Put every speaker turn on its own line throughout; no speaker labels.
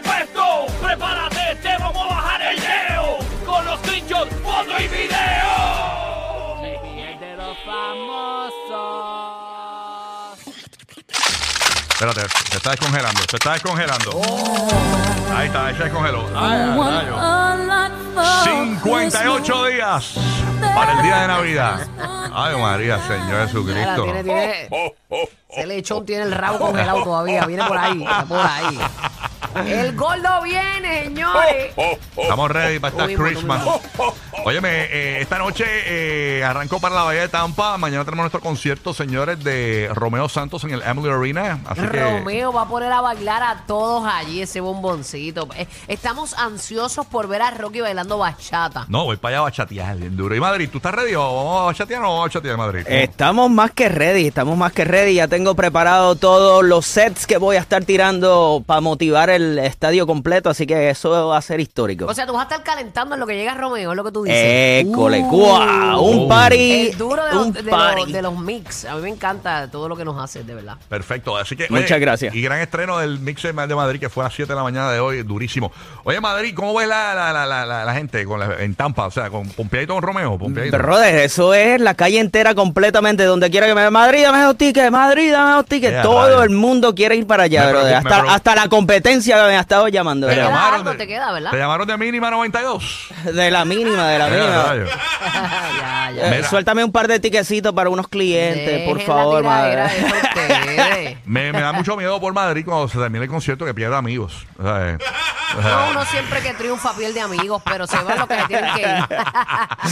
puesto. Prepárate, te vamos a bajar el leo. Con los pinchos, foto y video. de los famosos.
Espérate, se está descongelando, se está descongelando. Ahí está, ahí se descongeló. Oh. Ay, a rayos. 58 días para el día de Navidad. Ay, María, Señor
Mira,
Jesucristo.
tiene, tiene,
Oh,
ese lechón tiene el rabo congelado todavía. Viene por ahí, está por ahí. El gordo viene, señores.
Oh,
Estamos ready para esta
Uy, bueno,
Christmas.
bueno.
Óyeme, eh, esta noche eh, arrancó para la Bahía de Tampa. Mañana tenemos nuestro concierto, señores, de Romeo Santos en el Emily Arena. Así que
Romeo va a poner a bailar a todos allí ese bomboncito. Eh, Estamos ansiosos por ver a Rocky bailando bachata.
no, voy para allá a bachatear bien duro. ¿Y Madrid? ¿Tú estás ready o vamos a bachatear o vamos a bachatear Madrid?
Este, Estamos más que ready, estamos más que ready. Ya tengo preparado todos los sets que voy a estar tirando para motivar el estadio completo, así que eso va a ser histórico.
O sea, tú vas a estar calentando en lo que llega Romeo, es lo que tú dices.
École,
Uh,
¡guau! un party,
El duro de los,
un
de, los-
party.
de los mix. A mí me encanta todo lo que nos haces, de verdad.
Perfecto, así que.
Muchas gracias.
Y gran estreno del Mix de Madrid que fue a las 7 de la mañana de hoy, durísimo. Oye, Madrid, ¿cómo ves la, la, la, la, la- la gente con la- en Tampa? O sea, con Pompeadito con Romeo. Pompeadito.
Brother, eso es la calle entera completamente, donde quiera que me Madrid, dame los tickets, Madrid, dame los tickets.
Ya,
Todo
rayos.
el mundo quiere ir para allá,
Me
brother.
preocupa, me
Hasta,
preocupa.
hasta la competencia me ha estado llamando.
Te
¿verdad?
queda
de-
algo, te queda, ¿verdad?
Te llamaron de mínima 92.
De la mínima, de la
Mira,
mínima.
rayos.
ya, ya.
Eh,
Mira.
suéltame un par de tiquecitos para unos clientes, por
Dejen la
favor,
tiradera
madre.
esa ustedes.
Me, me da mucho miedo por Madrid cuando se termine el concierto que pierda amigos. O sea, eh, o sea,
No, uno siempre que triunfa pierde amigos, pero se va lo que le tienen que ir.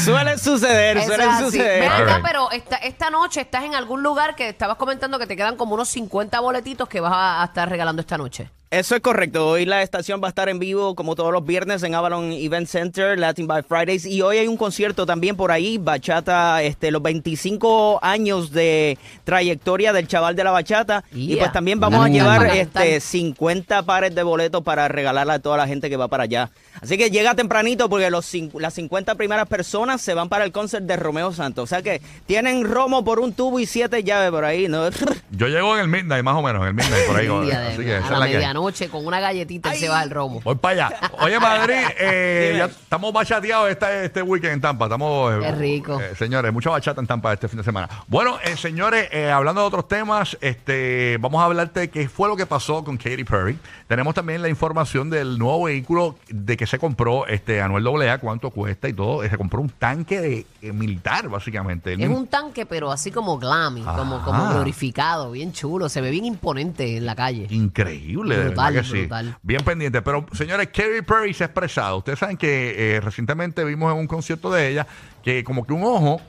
Suelen suceder,
Eso es
suelen
así. Ven
suceder.
acá,
Alright.
pero esta, esta noche estás en algún lugar que estabas comentando que te quedan como unos 50 boletitos que vas a, a estar regalando esta noche.
Eso es correcto. Hoy la estación va a estar en vivo como todos los viernes en Avalon Event Center, Latin by Fridays. Y hoy hay un concierto también por ahí, Bachata, este, los 25 años de trayectoria del chaval de la bachata. Y
Yeah.
pues también vamos a
Cantar
llevar
para cantar.
este, 50 pares de boletos para regalarle a toda la gente que va para allá. Así que llega tempranito porque los, cin- las 50 primeras personas se van para el concert de Romeo Santos. O sea que tienen romo por un tubo y siete llaves por ahí. ¿no?
yo llego en el midnight, más o menos, en el midnight, por ahí.
Un día de-
así que esa
a
es
la,
la que-
medianoche con una galletita y se va al romo.
Voy para allá. Oye, Madrid, eh, ya estamos bachateados esta- este weekend en Tampa. Estamos, eh,
Qué rico.
eh, señores, mucha bachata en Tampa este fin de semana. Bueno, eh, señores, eh, hablando de otros temas, este, vamos a hablarte de qué fue lo que pasó con Katy Perry. Tenemos también la información del nuevo vehículo de que se compró este Anuel AA, cuánto cuesta y todo. Eh, Se compró un tanque de, eh, militar, básicamente. Él
Es
mismo- Ah.
un tanque, pero así como glammy, como, como
Ajá.
glorificado, bien chulo. Se ve bien imponente en la calle.
Increíble, de
Brutal,
verdad que sí.
brutal.
Bien pendiente. Pero, señores, Katy Perry se ha expresado. Ustedes saben que eh, recientemente vimos en un concierto de ella que como que un ojo,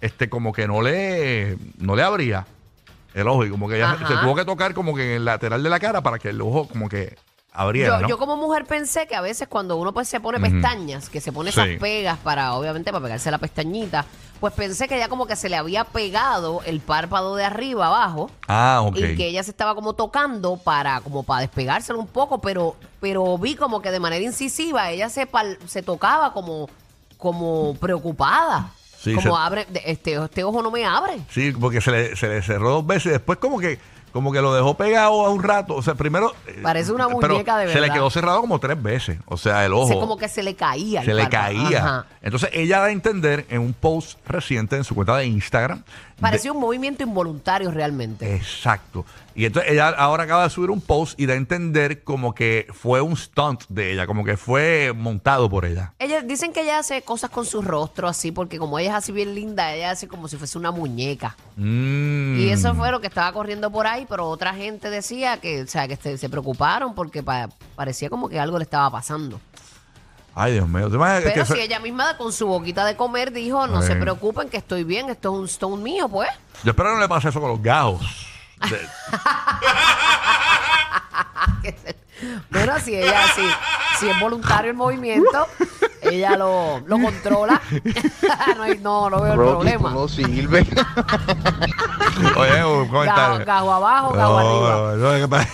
este, como que no le, no le abría el ojo. Y como que ella se,
Ajá.
se tuvo que tocar como que en el lateral de la cara para que el ojo como que abriera,
Yo,
¿no?
yo como mujer pensé que a veces cuando uno pues se pone pestañas, que se pone esas
Sí.
pegas para, obviamente, para pegarse la pestañita, pues pensé que ya como que se le había pegado el párpado de arriba abajo
ah, ok.
y que ella se estaba como tocando para como para despegárselo un poco, pero pero vi como que de manera incisiva ella se pal- se tocaba como como preocupada.
Sí,
como
se-
abre de- este este ojo no me abre.
Sí, porque se le, se le cerró dos veces. Después como que como que lo dejó pegado a un rato. O sea, primero... eh,
Parece una
pero
muñeca de
Se le
verdad.
quedó cerrado como tres veces. O sea, el
O
ojo...
sea, como que se le caía. el
se le
párpado.
caía.
Ajá.
Entonces ella da a entender en un post reciente en su cuenta de Instagram. de-
Parecía un movimiento involuntario realmente.
Exacto. Y entonces ella ahora acaba de subir un post y da a entender como que fue un stunt de ella, como que fue montado por ella.
Ella, dicen que ella hace cosas con su rostro así, porque como ella es así bien linda, ella hace como si fuese una muñeca.
Mm.
Y eso fue lo que estaba corriendo por ahí, hay, pero otra gente decía que, o sea, que se, se preocuparon porque pa- parecía como que algo le estaba pasando.
Ay, Dios mío. ¿Te imaginas
Pero
que
si
eso-
ella misma con su boquita de comer dijo, no
Ay.
se preocupen que estoy bien, esto es un stone mío, pues.
Yo espero que no le pase eso con los gajos. De-
Pero si ella, si, si es voluntario el movimiento, ella lo, lo controla. no, hay- no, no veo el
Rocky, tú
problema.
no sirves.
Oye, un comentario.
Gajo- gajo abajo, gajo arriba.
no, es que pa-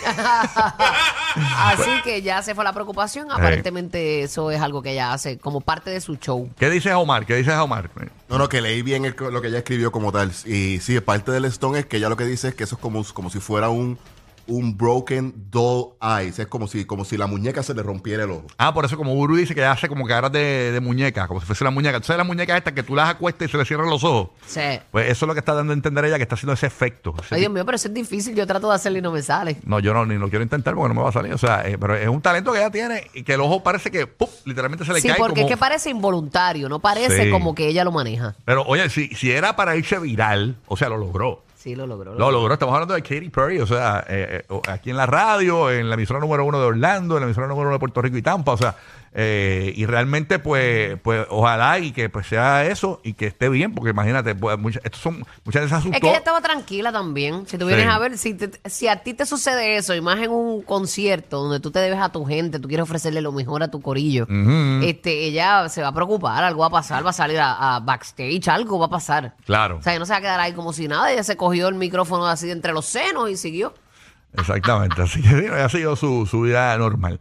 Así que ya se fue la preocupación. Aparentemente eso es algo que ella hace como parte de su show.
¿Qué dices, Omar? ¿Qué dices, Omar?
No, no, que leí bien el- lo que ella escribió como tal. Y sí, parte del Stone es que ella lo que dice es que eso es como, como si fuera un, un broken doll eyes. Es como si, como si la muñeca se le rompiera el ojo.
Ah, por eso como Uru dice que hace como caras de, de muñeca, como si fuese la muñeca. ¿Tú sabes las muñecas estas que tú las acuestas y se le cierran los ojos?
O sea,
Pues eso es lo que está dando a entender ella, que está haciendo ese efecto. Ese
ay, Dios mío, pero eso es difícil. Yo trato de hacerlo y no me sale.
No, yo no, ni lo quiero intentar porque no me va a salir. O sea, eh, pero es un talento que ella tiene y que el ojo parece que ¡pum! literalmente se le
Sí,
cae.
porque
como-
es que parece involuntario, no parece
Sí.
como que ella lo maneja.
Pero oye, si, si era para irse viral, o sea, lo logró.
Sí, lo logró.
Lo logró. Estamos hablando de Katy Perry, o sea, eh, eh, o- aquí en la radio, en la emisora número uno de Orlando, en la emisora número uno de Puerto Rico y Tampa, o sea, eh, y realmente, pues, pues, ojalá y que pues, sea eso y que esté bien, porque imagínate, pues, muchas, estos son, muchas veces asustó.
Es que ella estaba tranquila también. Si tú vienes
Sí.
a ver, si, te- si a ti te sucede eso, y más en un concierto donde tú te debes a tu gente, tú quieres ofrecerle lo mejor a tu corillo, este, ella se va a preocupar, algo va a pasar, va a salir a, a backstage, algo va a pasar.
Claro.
O sea, ella no se va a quedar ahí como si nada. Ella se cogió el micrófono así de entre los senos y siguió.
Exactamente, así que sí, ha sido su, su vida normal.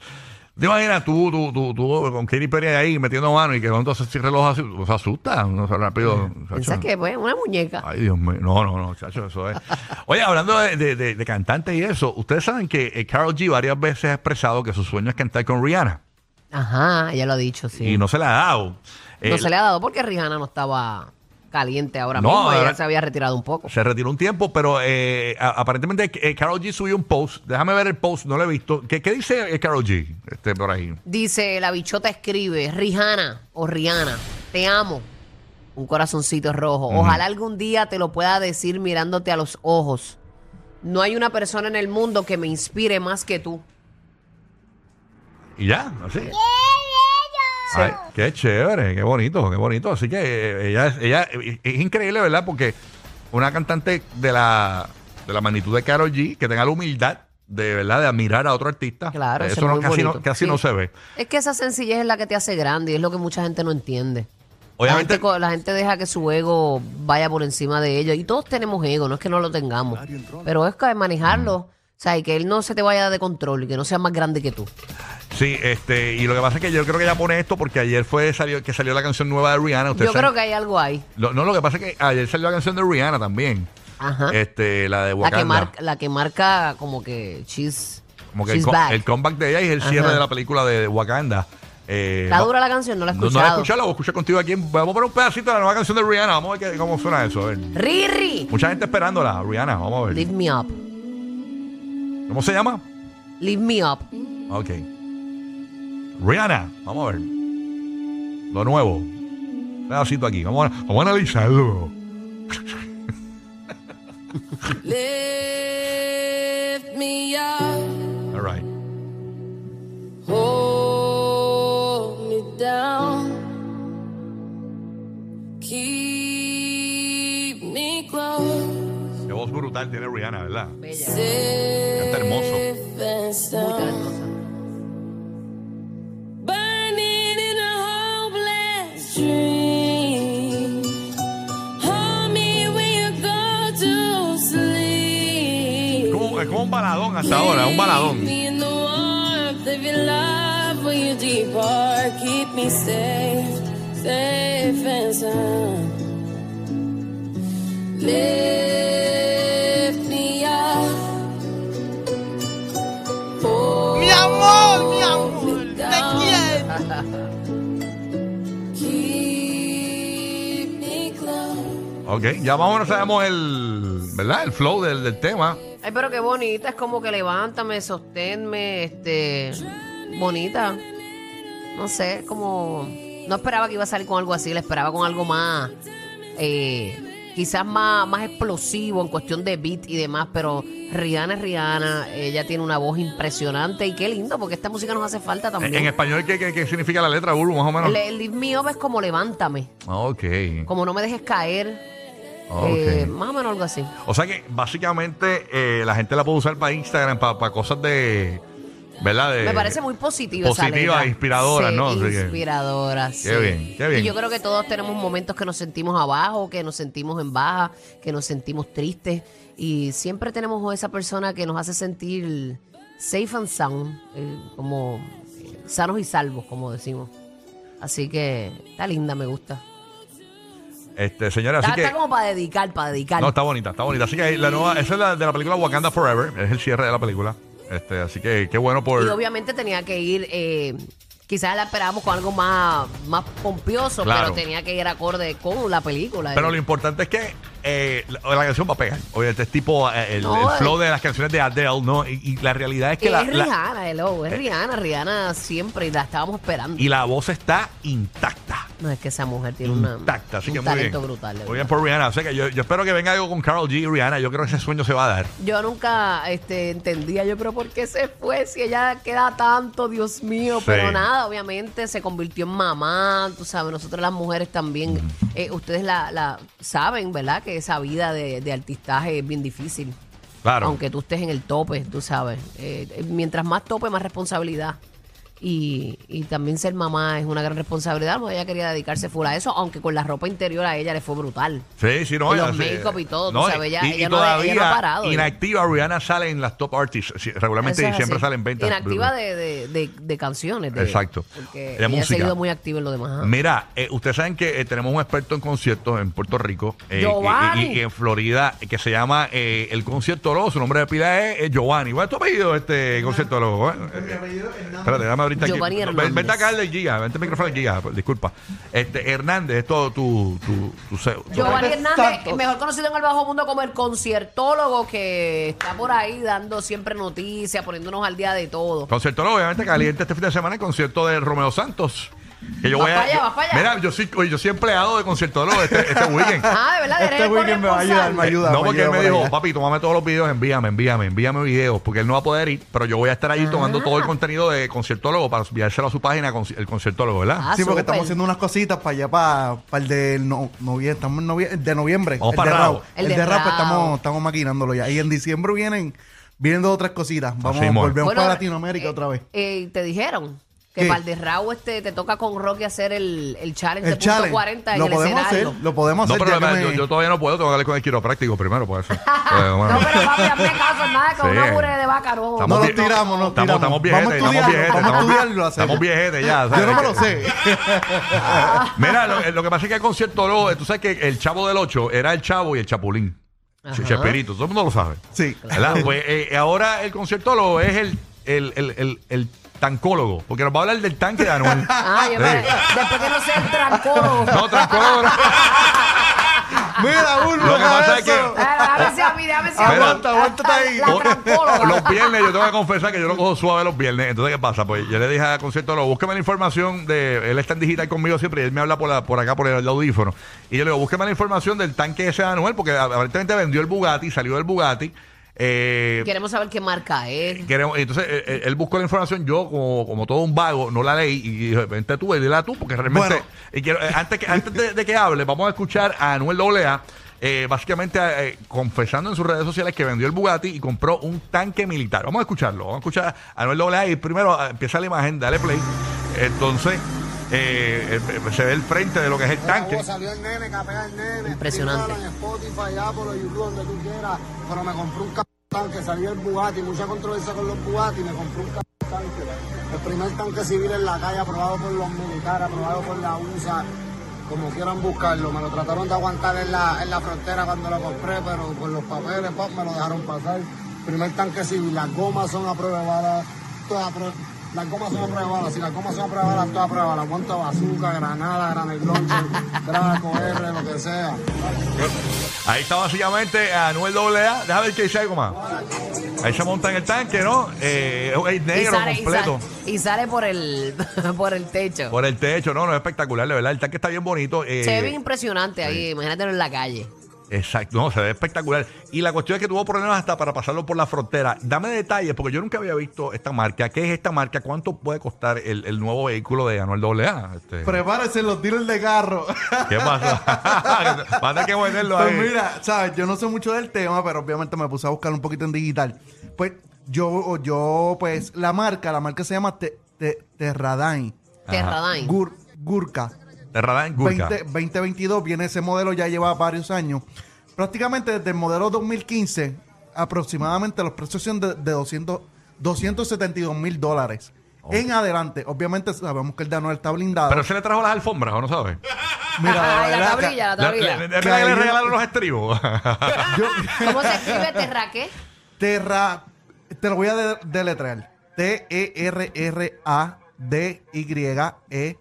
Te imaginas tú, tú, tú, tú con Katy Perry ahí metiendo mano y que cuando se cierre los así, se pues, asusta, uno se rápido.
Piensas
chacho.
que, pues, una muñeca.
Ay, Dios mío. No, no, no, chacho, eso es. Oye, hablando de, de, de- de cantantes y eso, ustedes saben que eh, Karol G varias veces ha expresado que su sueño es cantar con Rihanna
Ajá, ella lo ha dicho, sí.
y
no
no se la ha dado. Eh,
se le ha dado porque Rihanna no estaba caliente ahora
No,
mismo. Ella
ahora-
se había retirado un poco.
Se retiró un tiempo, pero eh, a- aparentemente eh, Karol G subió un post. Déjame ver el post, no lo he visto. ¿Qué, qué dice eh, Karol G este, por ahí?
Dice, la bichota escribe, Rihanna o Rihanna, te amo. Un corazoncito rojo. Ojalá algún día te lo pueda decir mirándote a los ojos. No hay una persona en el mundo que me inspire más que tú.
Y ya, así. ¡Qué qué chévere, qué bonito, qué bonito. Así que eh, ella, es- ella eh, es increíble, ¿verdad? Porque una cantante de la, de la magnitud de Carol G, que tenga la humildad de verdad de admirar a otro artista.
Claro,
Eh,
eso
eso
es
no,
muy
casi, no,
bonito.
casi no
Sí.
se ve.
Es que esa sencillez es la que te hace grande y es lo que mucha gente no entiende. la,
Obviamente-
gente, co- la gente deja que su ego vaya por encima de ellos. Y todos tenemos ego, no es que no lo tengamos. Pero es que manejarlo, o sea, y que él no se te vaya de control y que no sea más grande que tú.
Sí, este, y lo que pasa es que yo creo que ella pone esto porque ayer fue salió, que salió la canción nueva de Rihanna. Ustedes
Yo creo
saben-
que hay algo ahí.
Lo- no, lo que pasa es que ayer salió la canción de Rihanna también.
Ajá.
Este, la de
la
Wakanda.
que, marca, la que marca como que she's,
Como que el,
she's
co-
back.
el comeback de ella y el cierre
Ajá.
de la película de Wakanda. Eh,
Está
va-
dura la canción, no la he
No,
escuchado.
no la he escuchado, la voy a escuchar contigo aquí. Vamos a poner un pedacito de la nueva canción de Rihanna. Vamos a ver qué- cómo suena eso. A ver.
Riri,
Mucha gente esperándola, Rihanna. Vamos a ver.
leave me up,
¿Cómo se llama?
leave me up.
Ok. Rihanna. Vamos a ver. Lo nuevo. Pedacito aquí. Vamos a, vamos a analizarlo.
Lift me up,
All right.
hold me down, keep me close,
Qué voz brutal tiene Rihanna, ¿verdad?
Bella.
safe
Canta hermoso.
and
Muy
sound.
talentosa.
Burning in a hopeless dream. Hold me when you go to sleep.
Es como, es como un baladón hasta ahora, un
Keep
baladón.
me in the warmth of your love when you depart. Keep me safe, safe and sound. Lift me up. Mi amor, mi amor, te quiero. Keep me close.
Ok, ya más o menos sabemos el, ¿verdad? El flow del, del tema.
Ay, pero qué bonita, es como que levántame, sosténme, este. Bonita. No sé, como. No esperaba que iba a salir con algo así, la esperaba con algo más. eh, quizás más, más explosivo en cuestión de beat y demás, pero Rihanna es Rihanna, ella tiene una voz impresionante y qué lindo, porque esta música nos hace falta
En,
también.
en español, ¿qué, qué, qué significa la letra Bulbo, más o menos?
Le- El Lift Me Up es como levántame,
ok.
como no me dejes caer,
Oh, ok.
eh, más o menos algo así.
O sea que básicamente eh, la gente la puede usar para Instagram, para, cosas de. ¿Verdad? De-
Me parece muy positiva esa
Eh, Positiva,
letra.
inspiradora,
Sí,
¿no? Así que-
Inspiradora, sí.
bien, qué bien.
Y yo creo que todos tenemos momentos que nos sentimos abajo, que nos sentimos en baja, que nos sentimos tristes. Y siempre tenemos esa persona que nos hace sentir safe and sound, eh, como eh, sanos y salvos, como decimos. Así que está linda, me gusta.
Este, señora, así
Está,
que.
está como para dedicar, para dedicar.
No, está bonita, está bonita. Así que la nueva, esa es la de la película Wakanda Forever, es el cierre de la película. Este, así que qué bueno por.
Y obviamente tenía que ir, eh, quizás la esperábamos con algo más, más pompioso,
Claro.
pero tenía que ir acorde con la película.
Pero
Eh.
lo importante es que eh, la, la canción va a pegar. Obviamente es tipo eh, el,
No,
el flow de las canciones de Adele, ¿no? Y, y la realidad es que
es
la, la- eh,
Rihanna, hello, es Rihanna, Rihanna siempre y la estábamos esperando.
y la voz está intacta.
no es que esa mujer tiene una,
Intacta, así
un
que muy bien.
talento brutal. de
Muy bien
verdad.
por Rihanna. O sea que yo, yo espero que venga algo con Carol G y Rihanna. Yo creo que ese sueño se va a dar.
Yo nunca este, entendía, yo, pero ¿por qué se fue? Si ella queda tanto, Dios mío.
Sí.
Pero nada, obviamente se convirtió en mamá, tú sabes, nosotras las mujeres también, eh, ustedes la, la saben, ¿verdad? Que esa vida de, de artistaje es bien difícil.
Claro.
Aunque tú estés en el tope, tú sabes. Eh, eh, mientras más tope, más responsabilidad. Y, y también ser mamá es una gran responsabilidad. porque ella quería dedicarse full a eso, aunque con la ropa interior a ella le fue brutal.
Sí, sí, no.
Y los
ella se-
make-up y todo, tú sabes, ella- ella no-
todavía
ella no ha parado, ¿eh?
Inactiva, Rihanna sale en las top artists sí, regularmente
Eso
y
es
siempre
así.
sale en ventas.
Inactiva de, de- de- de canciones. de-
Exacto.
Porque
De
ella
música.
se ha ido muy activa en lo demás. ajá.
Mira, eh, ustedes saben que eh, tenemos un experto en conciertos en Puerto Rico eh,
Giovanni.
y, y- y en Florida eh, que se llama eh, el conciertólogo. Su nombre de pila es, eh, Giovanni. ¿Cuál es tu apellido, este conciertólogo? eh? Eh, Espérate, dame ahorita aquí.
Giovanni
No, ven-
Hernández.
Vente acá al del Giga, vente al micrófono del Giga, pues, disculpa. Este, Hernández, es todo tu, tu, tu, se- tu-
Giovanni Hernández,
Santos.
mejor conocido en el bajo mundo como el conciertólogo que está por ahí dando siempre noticias, poniéndonos al día de todo.
Conciertólogo, obviamente caliente este fin de semana el concierto de Romeo Santos. Que yo
Vas
voy a,
pa' allá, vas pa' allá.
Mira, yo soy, oye, yo soy empleado de conciertólogo este, este weekend.
Ah, de verdad, eres
Este
el
weekend me va a
corresponsal.
ayudar, me ayuda.
Eh, no, porque él
ayuda
me
por
dijo,
allá.
papi, tómame todos los videos, envíame, envíame, envíame videos, porque él no va a poder ir, pero yo voy a estar
Ah.
ahí tomando todo el contenido de conciertólogo para enviárselo a su página, con- el conciertólogo, ¿verdad?
Ah,
Sí, porque
súper.
estamos haciendo unas cositas para allá, para, para el de no- novie- estamos en novie- el de noviembre.
Vamos
el
para
de
Rabo.
Rabo.
El
El,
de
de Rabo
Rabo.
estamos, estamos maquinándolo ya. Y en diciembre vienen, vienen dos o tres cositas. Vamos,
Así mismo.
volvemos
Bueno,
para Latinoamérica
eh,
otra vez.
eh, te dijeron que
¿Qué?
Valderrao este, te toca con Rocky hacer el, el challenge
El
de
challenge,
punto 40 en
lo
el
podemos hacer,
escenario.
lo podemos
No,
hacer.
pero
ya que
yo,
me-
yo todavía no puedo, tengo que hablar con el quiropráctico primero, por eso. Eh, bueno.
No, pero papi, hazme caso, nada, con
Sí.
una puré de vaca, no.
Estamos
no lo
bien-
tiramos, no lo
Estamos,
tiramos.
estamos
vamos a
viejetes, estamos viejetes.
estudiarlo, vamos a estudiarlo.
Estamos,
hacer.
estamos viejetes ya.
Yo
¿sabes?
no me lo sé.
Mira, lo, lo que pasa es que el concierto, lo- tú sabes que el chavo del 8 era el chavo y el chapulín. Che- Chespirito, todo el mundo lo sabe.
Sí.
¿Verdad? Pues eh, ahora el conciertólogo es el, el, el, el, el tancólogo, porque nos va a hablar del tanque de Anuel.
Ah, yo
Sí.
me- después que no sea el trancólogo.
No, tancólogo. no.
Mira, Bulbo,
Lo que pasa es
eso.
que-
Ah, Déjame si a mí, déjame si a mí.
Aguanta, aguanta ahí.
La, la trancóloga.
Los viernes, yo tengo que confesar que yo lo cojo suave los viernes. Entonces, ¿qué pasa? Pues yo le dije al conciertólogo, búsqueme la información de. Él está en digital conmigo siempre y él me habla por, la- por acá, por el, audífono. Y yo le digo, búsqueme la información del tanque ese de Anuel, porque aparentemente vendió el Bugatti, salió del Bugatti. Eh,
Queremos saber qué marca es.
Queremos- entonces eh, eh, él, buscó la información, yo como, como todo un vago, no la leí y de repente tú, y dila tú, porque realmente
Bueno.
y quiero- eh, antes, que, antes de, de que hable, vamos a escuchar a Anuel AA, eh, básicamente eh, confesando en sus redes sociales que vendió el Bugatti y compró un tanque militar. Vamos a escucharlo, vamos a escuchar a Anuel AA y primero eh, empieza la imagen, dale play. Entonces eh, eh, eh, se ve el frente de lo que es el tanque.
Hugo, Salió el nene, capea el nene.
Impresionante.
Escúchalo En Spotify, Apple, YouTube, donde tú quieras. Pero me compré un capitán que salió el Bugatti. Mucha controversia con los Bugatti. Me compré un capitán que el primer tanque civil en la calle, aprobado por los militares, aprobado por la USA. Como quieran buscarlo, me lo trataron de aguantar en la, en la frontera cuando lo compré, pero con los papeles pues, me lo dejaron pasar. Primer tanque civil, las gomas son aprobadas, todas apro- las gomas son aprobadas, si las gomas son aprobadas, todas aprobadas, monta bazooka, granada, granel launcher, grana coherre, lo que sea.
Ahí está básicamente Anuel AA, déjame ver que dice algo más. Ahí se monta en el tanque, ¿no? Eh, es negro completo.
sale- y sale por el, por el techo.
Por el techo, no, no es espectacular, de verdad. El tanque está bien bonito. eh,
se ve bien impresionante ahí, imagínatelo en la calle.
Exacto, no, se ve espectacular. Y la cuestión es que tuvo problemas hasta para pasarlo por la frontera. Dame detalles, porque yo nunca había visto esta marca. ¿Qué es esta marca? ¿Cuánto puede costar el, el nuevo vehículo de Anuel AA? Este,
Prepárense los dealers de carro.
¿Qué pasó? Va a tener que ponerlo ahí.
Pues mira, sabes, yo no sé mucho del tema, pero obviamente me puse a buscar un poquito en digital. Pues yo, yo, pues, la marca, la marca se llama Te- Te- Terradine.
Terradine.
Gur- Gurka.
Terradine Gurkha.
20, 2022 viene ese modelo, ya lleva varios años. Prácticamente desde el modelo 2015, aproximadamente los precios son de, de 200, 272 mil dólares. En adelante, obviamente sabemos que el de Anuel está blindado.
Pero se le trajo las alfombras, ¿o no sabes?
Mira,
Ay, la
de verdad que-
tablilla, la
Le,
tablilla.
le- le- le regalaron los estribos.
yo-
¿Cómo se escribe terraque?
Terra, te lo voy a de- deletrear. T-E-R-R-A-D-Y-E,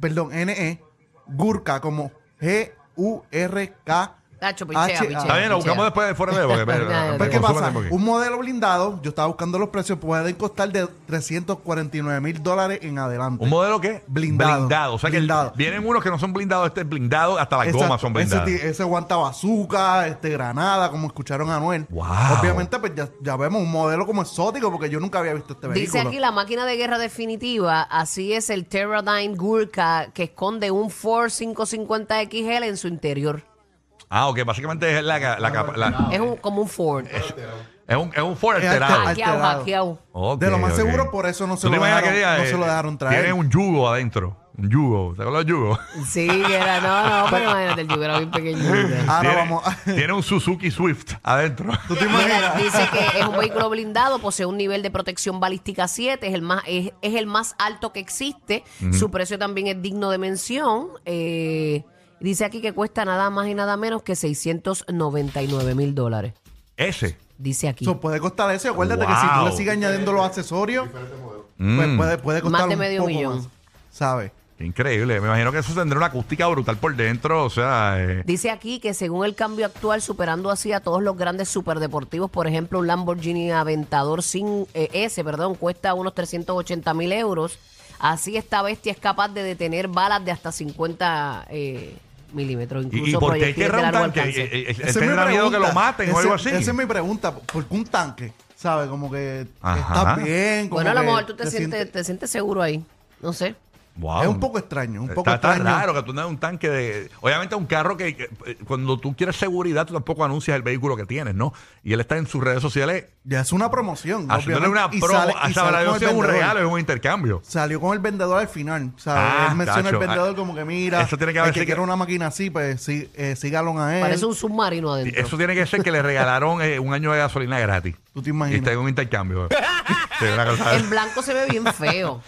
perdón, N-E, Gurka, como G-U-R-K.
Tacho, pichea,
H-A.
pichea.
Está bien, lo buscamos después de fuera de porque,
Pues,
Pues, ¿qué
consuman
pasa?
después.
Un modelo blindado, yo estaba buscando los precios, pueden costar de 349 mil dólares en adelante.
¿Un modelo qué?
Blindado.
Blindado. O sea que
Blindado.
vienen unos que no son blindados, este es blindado, hasta las
Exacto.
gomas son blindadas.
Ese, ti- ese guanta bazooka, este granada, como escucharon a Anuel.
Wow.
Obviamente, pues ya, ya vemos un modelo como exótico, porque yo nunca había visto este
Dice
vehículo.
aquí la máquina de guerra definitiva, así es el Terradine Gurkha que esconde un Ford 550XL en su interior.
Ah, ok, básicamente es la, la, la- la-
Es un, como un Ford.
es un, es un Ford
Es
alterado.
alterado.
Hackeado,
alterado.
hackeado.
Ok,
Este, de lo más
ok.
seguro, por eso no
¿Tú
se lo
te imaginas
dejaron-
que diga,
no
eh,
se lo dejaron traer.
Tiene un yugo adentro. Un yugo. ¿Te acuerdas del yugo?
Sí, que era, no, no, pero imagínate, el yugo era bien pequeñito.
Ahora
tiene,
vamos.
tiene un Suzuki Swift adentro.
¿Tú te
Mira,
imaginas?
dice que es un vehículo blindado, posee un nivel de protección balística 7, es el más, es, es el más alto que existe. Su precio también es digno de mención. Eh, dice aquí que cuesta nada más y nada menos que 699 mil dólares.
Ese.
Dice aquí.
Eso puede costar eso. Acuérdate que si tú le
Wow. Mm.
sigues añadiendo los accesorios, pues puede, puede costar
Más de
un
medio
poco
millón.
más, ¿Sabes?
Increíble. Me imagino que eso tendrá una acústica brutal por dentro. O sea, eh,
Dice aquí que según el cambio actual, superando así a todos los grandes superdeportivos, por ejemplo, un Lamborghini Aventador sin, eh, S, perdón, cuesta unos 380 mil euros. Así esta bestia es capaz de detener balas de hasta 50 eh, milímetros, incluso
y, y por qué hay que
proyectiles de
un
largo
tanque?
alcance.
Eh, eh, eh,
Esa es mi
¿Tendrá miedo que
pregunta.
lo maten o
Ese-
algo así?
Esa es mi pregunta. ¿Por qué un tanque? ¿Sabes? Como que
Ajá.
estás bien. como
bueno, a lo
que
mejor tú te, sientes, te sientes seguro ahí, no sé.
Wow.
Es un poco extraño, un poco
Está- está,
extraño.
raro que tú andes en un tanque de. Obviamente, un carro que, que, eh, cuando tú quieres seguridad, tú tampoco anuncias el vehículo que tienes, ¿no? Y él está en sus redes sociales
Ya es una promoción.
haciéndole una
obviamente, y
promo.
sale- y
Hasta
sale
para
con
Dios
el
es un
vendedor.
regalo, es un intercambio.
Salió con el vendedor al final. ¿sabes?
Ah,
Él menciona
tacho,
al vendedor
ah,
como que mira,
eso tiene que
el
haber
que
sido-
quiera una máquina así, pues sí, eh, sígalo a él.
Parece un submarino adentro.
Eso tiene que ser que le regalaron eh, un año de gasolina gratis.
Tú te imaginas.
Y está en un intercambio. Sí, una cosa-
En blanco se ve bien feo.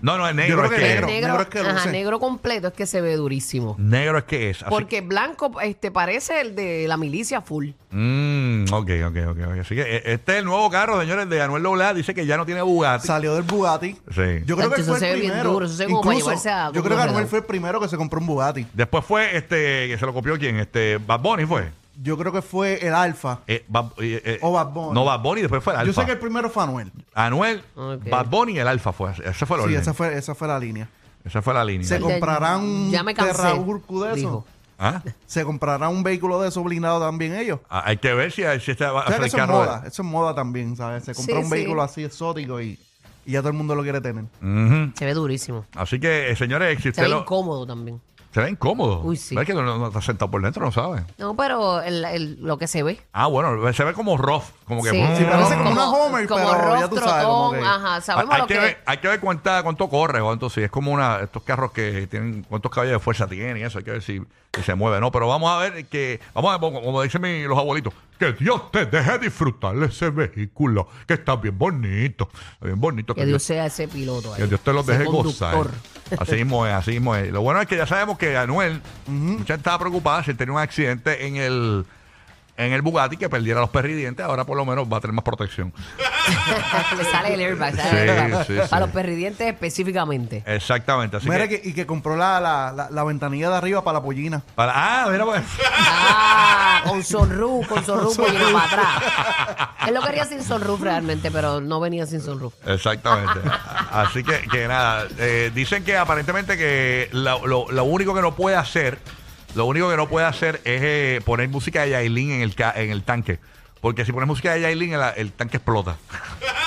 no, no, es
Yo
negro.
creo
Es
que
que,
negro.
es.
es que
ajá,
luce.
negro completo es que se ve durísimo.
Negro es que es. Así-
Porque blanco este parece el de la milicia full.
Mm, ok, ok, ok. ok. Así que eh, este es el nuevo carro, señores, de Anuel Doblá. Dice que ya no tiene Bugatti.
Salió del Bugatti.
Sí.
Yo creo que
Tacho, eso
fue
se ve
el
bien
primero.
duro, eso se ve como para llevarse a
yo creo que
Google
Anuel
Redondo.
fue el primero que se compró un Bugatti.
Después fue este, que se lo copió quién, este, Bad Bunny fue.
Yo creo que fue el Alfa.
Eh, Bad- eh, eh,
O Bad Bunny.
No, Bad Bunny después fue el Alfa.
Yo sé que el primero fue Anuel.
Anuel,
Ok.
Bad Bunny y el Alfa fue. Ese fue el
Sí,
orden.
esa fue, esa fue la línea.
Esa fue la línea.
Se comprará un
Ya me cansé,
Terraburcu de eso.
dijo.
Ah,
Se comprará un vehículo de eso blindado también ellos.
ah, Hay que ver si, si este va
O
a
sea,
ser
que
el
eso es
carro. de-
moda. Eso es moda también, ¿sabes? Se compra
Sí,
un
sí.
vehículo así exótico y, y ya todo el mundo lo quiere tener.
Ujú.
Se ve durísimo.
Así que, eh, señores, si
Se
usted
ve
lo-
incómodo también.
se ve incómodo.
Uy, sí.
¿Ves que no, no- no está sentado por dentro? No sabe.
No, pero el- el- lo que se ve.
Ah, bueno, se ve como rough. Como que.
Sí,
Sí, parece
como-
como una Homer,
como
pero ya tú
rostro
sabes, como
con-
que-
ajá, sabemos
hay,
lo
que
que,
ver, hay que ver cuánta, cuánto corre, cuánto sí. Es como una, estos carros que tienen, cuántos caballos de fuerza tienen y eso. Hay que ver si, si se mueve, ¿no? Pero vamos a ver que, vamos a ver, como- como dicen mi- los abuelitos, que Dios te deje disfrutar ese vehículo, que está bien bonito, bien bonito.
que Dios sea ese piloto. ahí,
Que Dios te los
ese
deje
conductor.
gozar. Así mismo es, así mismo es. Lo bueno es que ya sabemos que Anuel, mucha gente estaba preocupada si tenía un accidente en el en el Bugatti que perdiera los perridientes, ahora por lo menos va a tener más protección.
Le sale el airbag. sale
Sí,
el airbag.
sí, sí.
Para los perridientes específicamente.
Exactamente. Así
Mira
que,
que- y que compró la, la, la- la ventanilla de arriba para la pollina.
para- ah, mira pues.
Ah, con sonroof, con sonroof y para atrás. Él lo quería sin sonroof realmente, pero no venía sin sonroof.
Exactamente. Así que, que nada, eh, dicen que aparentemente que la- lo, lo único que no puede hacer Lo único que no puede hacer es eh, poner música de Yailin en el, ca- en el tanque. Porque si pones música de Yailin, el, el tanque explota.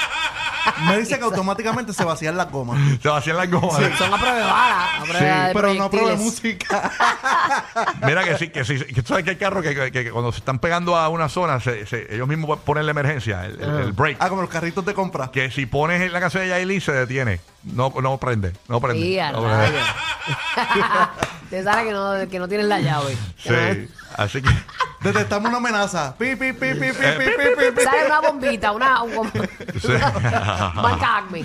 Me dice que automáticamente se vacían las gomas.
Se vacían las gomas.
Son a prueba de bala, a prueba de
Pero no probé
proyectiles.
música.
Mira que sí, que sí. Que tú sabes que hay carros que, que- que cuando se están pegando a una zona, se- se- ellos mismos ponen la emergencia, el, el- el break.
Ah, como los carritos de compra.
Que si pones la canción de Yailin, se detiene. No, no prende. No prende.
Sí, a
No prende.
rayos. Te sale que no, que no tienes la llave.
Sí. Así que.
Detectamos una amenaza. Pi, pi, pi, pi, pi, pi, pi, pi.
Sale una bombita, una... Un,
sí.
marca Acme.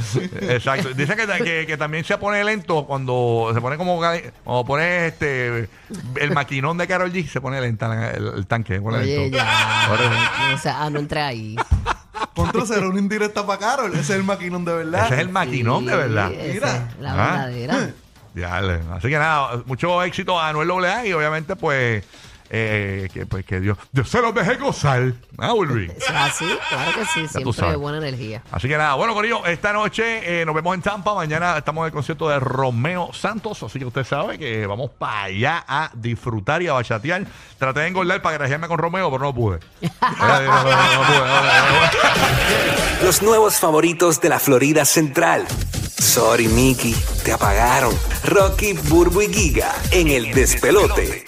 Exacto. Dice que, ta- que- que también se pone lento cuando se pone como gal- cuando pone este el maquinón de Carol G se pone lenta la- el, el tanque. se pone
Oye,
lento.
ya. O sea, ah, no entré ahí.
Contra será una indirecta para Carol. Ese es el maquinón de verdad.
Ese es el maquinón Ah, de verdad.
Sí, esa
Mira.
es La
Ah.
verdadera.
Ya, le- así que nada, mucho éxito a Anuel AA y obviamente pues, eh, que, pues que Dios, Dios se los deje gozar. Ah, Ulrich.
¿Es así? Claro que sí, siempre
sabes.
buena energía.
Así que nada, bueno, Corillo, esta noche eh, nos vemos en Tampa. Mañana estamos en el concierto de Romeo Santos. Así que usted sabe que vamos para allá a disfrutar y a bachatear. Traté de engordar para grajearme con Romeo, pero no pude. Eh, no, no, no, no pude, no, no, no.
Los nuevos favoritos de la Florida Central. Sorry, Mickey, te apagaron. Rocky, Burbu y Giga en el despelote.